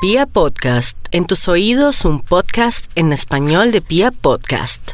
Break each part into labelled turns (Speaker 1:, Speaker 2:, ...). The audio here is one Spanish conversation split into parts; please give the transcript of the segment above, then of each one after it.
Speaker 1: Pia Podcast, en tus oídos un podcast en español de Pia Podcast.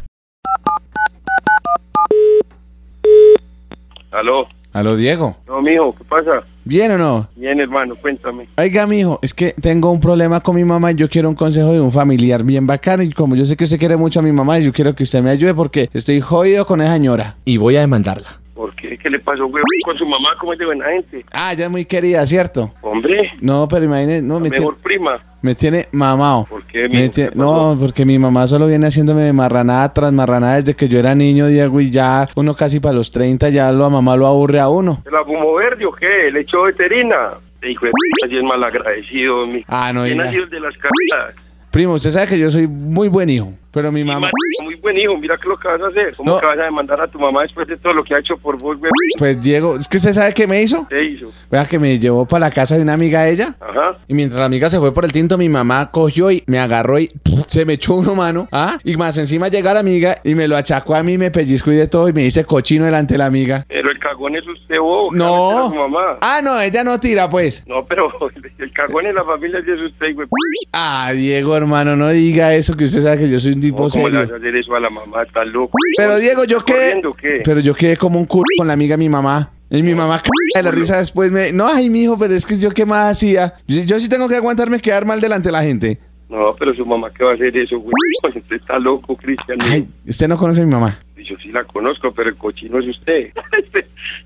Speaker 2: Aló.
Speaker 3: Aló, Diego.
Speaker 2: No, mijo, ¿qué pasa?
Speaker 3: ¿Bien o no?
Speaker 2: Bien, hermano, cuéntame.
Speaker 3: Oiga, mijo, es que tengo un problema con mi mamá y yo quiero un consejo de un familiar bien bacano. Y como yo sé que usted quiere mucho a mi mamá, yo quiero que usted me ayude porque estoy jodido con esa señora.
Speaker 4: y voy a demandarla.
Speaker 2: ¿Por qué? ¿Qué le pasó, güey? Con su mamá, ¿cómo es de buena gente?
Speaker 3: Ah, ella es muy querida, ¿cierto?
Speaker 2: Hombre,
Speaker 3: No, pero imagínese, no, me,
Speaker 2: mejor prima.
Speaker 3: tiene, me tiene mamado.
Speaker 2: ¿Por qué,
Speaker 3: Me
Speaker 2: mijo?
Speaker 3: tie-
Speaker 2: ¿Qué pasó?
Speaker 3: no, porque mi mamá solo viene haciéndome marranada tras marranada desde que yo era niño, Diego, y ya uno casi para los 30 ya lo a mamá lo aburre a uno.
Speaker 2: ¿Se la fumó verde o qué? ¿Le echó veterina? Te dijo, así es malagradecido, mi.
Speaker 3: Ah, no,
Speaker 2: ¿Quién
Speaker 3: diga.
Speaker 2: ha sido el de las caras?
Speaker 3: Primo, usted sabe que yo soy muy buen hijo, pero mi mamá...
Speaker 2: Muy buen hijo, mira qué lo que vas a hacer. ¿Cómo
Speaker 3: No.
Speaker 2: que vas a demandar a tu mamá después de todo lo que ha hecho por vos, güey?
Speaker 3: Pues Diego, es que usted sabe qué me hizo.
Speaker 2: ¿Qué hizo?
Speaker 3: Vea que me llevó para la casa de una amiga de ella.
Speaker 2: Ajá.
Speaker 3: Y mientras la amiga se fue por el tinto, mi mamá cogió y me agarró y pf, se me echó una mano. ¿ah? Y más encima llega la amiga y me lo achacó a mí, me pellizcó y de todo y me dice cochino delante de la amiga.
Speaker 2: Pero el cagón es usted, vos. que va a meter a
Speaker 3: No.
Speaker 2: su mamá.
Speaker 3: Ah, no, ella no tira, pues.
Speaker 2: No, pero el cagón en la familia sí es usted, güey.
Speaker 3: Ah, Diego, hermano, no diga eso que usted sabe que yo soy un tipo
Speaker 2: No, ¿Cómo le vas a
Speaker 3: serio.
Speaker 2: hacer eso a la mamá? Está loco.
Speaker 3: Pero Diego, yo quedé.
Speaker 2: ¿Corriendo o qué?
Speaker 3: Pero yo quedé como un culo con la amiga de mi mamá. Y mi mamá c- de la risa después me. No, ay, mijo, pero es que yo qué más hacía. Yo, yo sí tengo que aguantarme quedar mal delante de la gente.
Speaker 2: No, pero su mamá, ¿qué va a hacer eso, güey? Pues, Usted está loco, Cristian.
Speaker 3: Ay, usted no conoce a mi mamá.
Speaker 2: Y Yo sí la conozco, pero el cochino es usted. Este-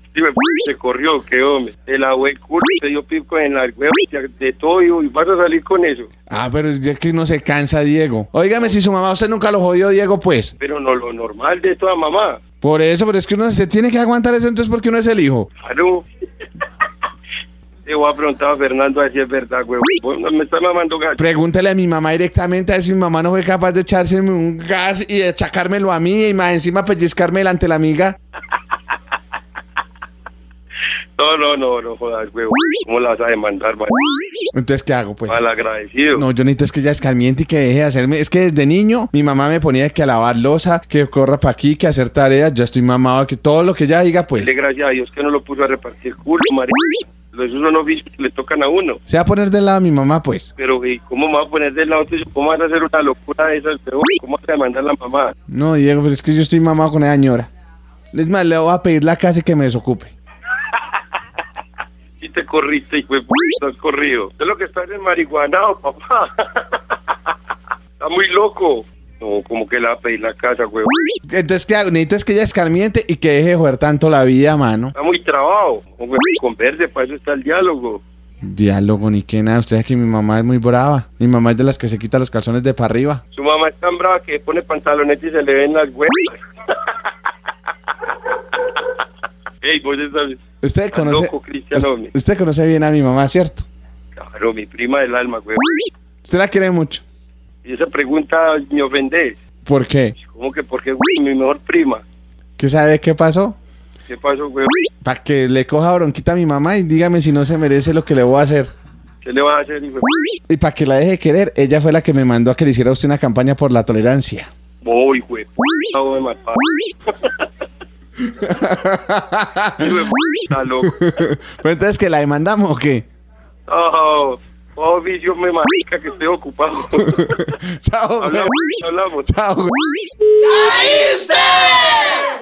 Speaker 2: este me- se corrió, qué hombre. El abuelo culo, se dio pico en la güey, de todo, hijo, y vas a salir con eso.
Speaker 3: Ah, pero ya que no se cansa, Diego. Óigame, si su mamá usted nunca lo jodió, Diego, pues.
Speaker 2: Pero no lo normal de toda mamá.
Speaker 3: Por eso, pero es que uno se tiene que aguantar eso entonces porque uno es el hijo.
Speaker 2: Claro. Te voy a preguntar a Fernando a ver si es verdad, güey. Vos no Me está mamando gato.
Speaker 3: Pregúntale a mi mamá directamente a ver si mi mamá no fue capaz de echárseme un gas y achacármelo a mí y más encima pellizcarme delante de la amiga.
Speaker 2: No, no, no, no jodas, güey. ¿Cómo la vas a demandar, güey?
Speaker 3: Entonces, ¿qué hago, pues?
Speaker 2: Mal agradecido.
Speaker 3: No, yo necesito es que ella escarmiente y que deje de hacerme. Es que desde niño mi mamá me ponía que a lavar losa, que corra para aquí, que hacer tareas. Yo estoy mamado, que todo lo que ella diga, pues.
Speaker 2: Dile gracias a Dios que no lo puso a repartir culo, marido. Los uno no viste que le tocan a uno.
Speaker 3: Se va a poner del lado a mi mamá, pues.
Speaker 2: Pero, ¿y ¿cómo me va a poner del lado tuyo? ¿Cómo vas a hacer una locura de esas? peor? ¿Cómo vas a demandar a la mamá?
Speaker 3: No, Diego, pero es que yo estoy mamado con esa señora. Es más, le voy a pedir la casa y que me desocupe.
Speaker 2: Si te corriste, hijo de p- estás corrido. Es lo que estás en marihuanao, papá. Está muy loco. No, como que le va a pedir la casa, güey.
Speaker 3: Entonces, ¿qué hago? Necesito es que ella escarmiente y que deje de joder tanto la vida, mano.
Speaker 2: Está muy trabado. No, güey, Converse, para eso está el diálogo.
Speaker 3: Diálogo, ni que nada. Usted sabe que mi mamá es muy brava. Mi mamá es de las que se quita los calzones de para arriba.
Speaker 2: Su mamá es tan brava que pone pantalones y se le ven las huevas. Ey, vos estás...
Speaker 3: Usted
Speaker 2: Está
Speaker 3: conoce.
Speaker 2: loco, Cristian, hombre.
Speaker 3: usted conoce bien a mi mamá, ¿cierto?
Speaker 2: Claro, mi prima del alma, güey.
Speaker 3: Usted la quiere mucho.
Speaker 2: Y esa pregunta me ofendés.
Speaker 3: ¿Por qué?
Speaker 2: ¿Cómo que por qué, güey? Mi mejor prima.
Speaker 3: ¿Qué sabe qué pasó?
Speaker 2: ¿Qué pasó, güey?
Speaker 3: Para que le coja bronquita a mi mamá y dígame si no se merece lo que le voy a hacer.
Speaker 2: ¿Qué le vas a hacer, hijo? de p-?
Speaker 3: Y para que la deje querer, ella fue la que me mandó a que le hiciera a usted una campaña por la tolerancia.
Speaker 2: Voy, güey. p- voy a matar. Hijo de p- Está loco.
Speaker 3: Pero entonces que la demandamos o qué?
Speaker 2: Oh, oh, vicio me marica que estoy ocupado.
Speaker 3: Chao. güey.
Speaker 2: hablamos, hablamos.
Speaker 3: Chao. güey.